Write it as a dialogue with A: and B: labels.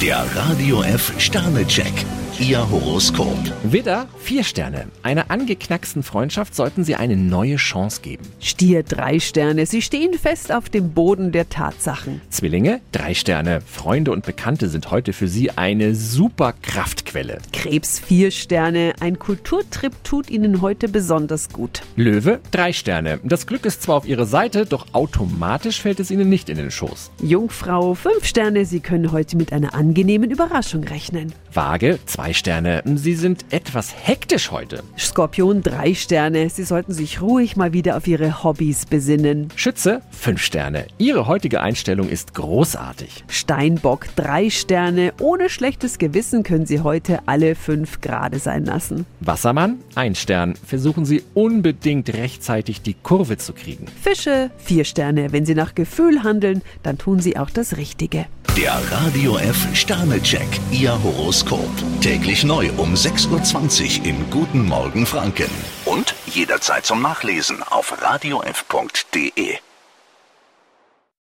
A: Der Radio F Sternecheck. Ihr Horoskop.
B: Widder, vier Sterne. Einer angeknacksten Freundschaft sollten Sie eine neue Chance geben.
C: Stier drei Sterne. Sie stehen fest auf dem Boden der Tatsachen.
B: Zwillinge, drei Sterne. Freunde und Bekannte sind heute für Sie eine super Kraftquelle.
C: Krebs vier Sterne. Ein Kulturtrip tut Ihnen heute besonders gut.
B: Löwe, drei Sterne. Das Glück ist zwar auf Ihrer Seite, doch automatisch fällt es Ihnen nicht in den Schoß.
C: Jungfrau fünf Sterne. Sie können heute mit einer angenehmen Überraschung rechnen.
B: Waage, zwei Sterne. Sie sind etwas hektisch heute.
C: Skorpion drei Sterne. Sie sollten sich ruhig mal wieder auf Ihre Hobbys besinnen.
B: Schütze, fünf Sterne. Ihre heutige Einstellung ist großartig.
C: Steinbock drei Sterne. Ohne schlechtes Gewissen können Sie heute alle fünf gerade sein lassen.
B: Wassermann, ein Stern. Versuchen Sie unbedingt rechtzeitig die Kurve zu kriegen.
C: Fische vier Sterne. Wenn Sie nach Gefühl handeln, dann tun Sie auch das Richtige.
A: Der Radio F Sternecheck. Ihr Horoskop. Täglich neu um 6.20 Uhr im Guten Morgen Franken. Und jederzeit zum Nachlesen auf radiof.de.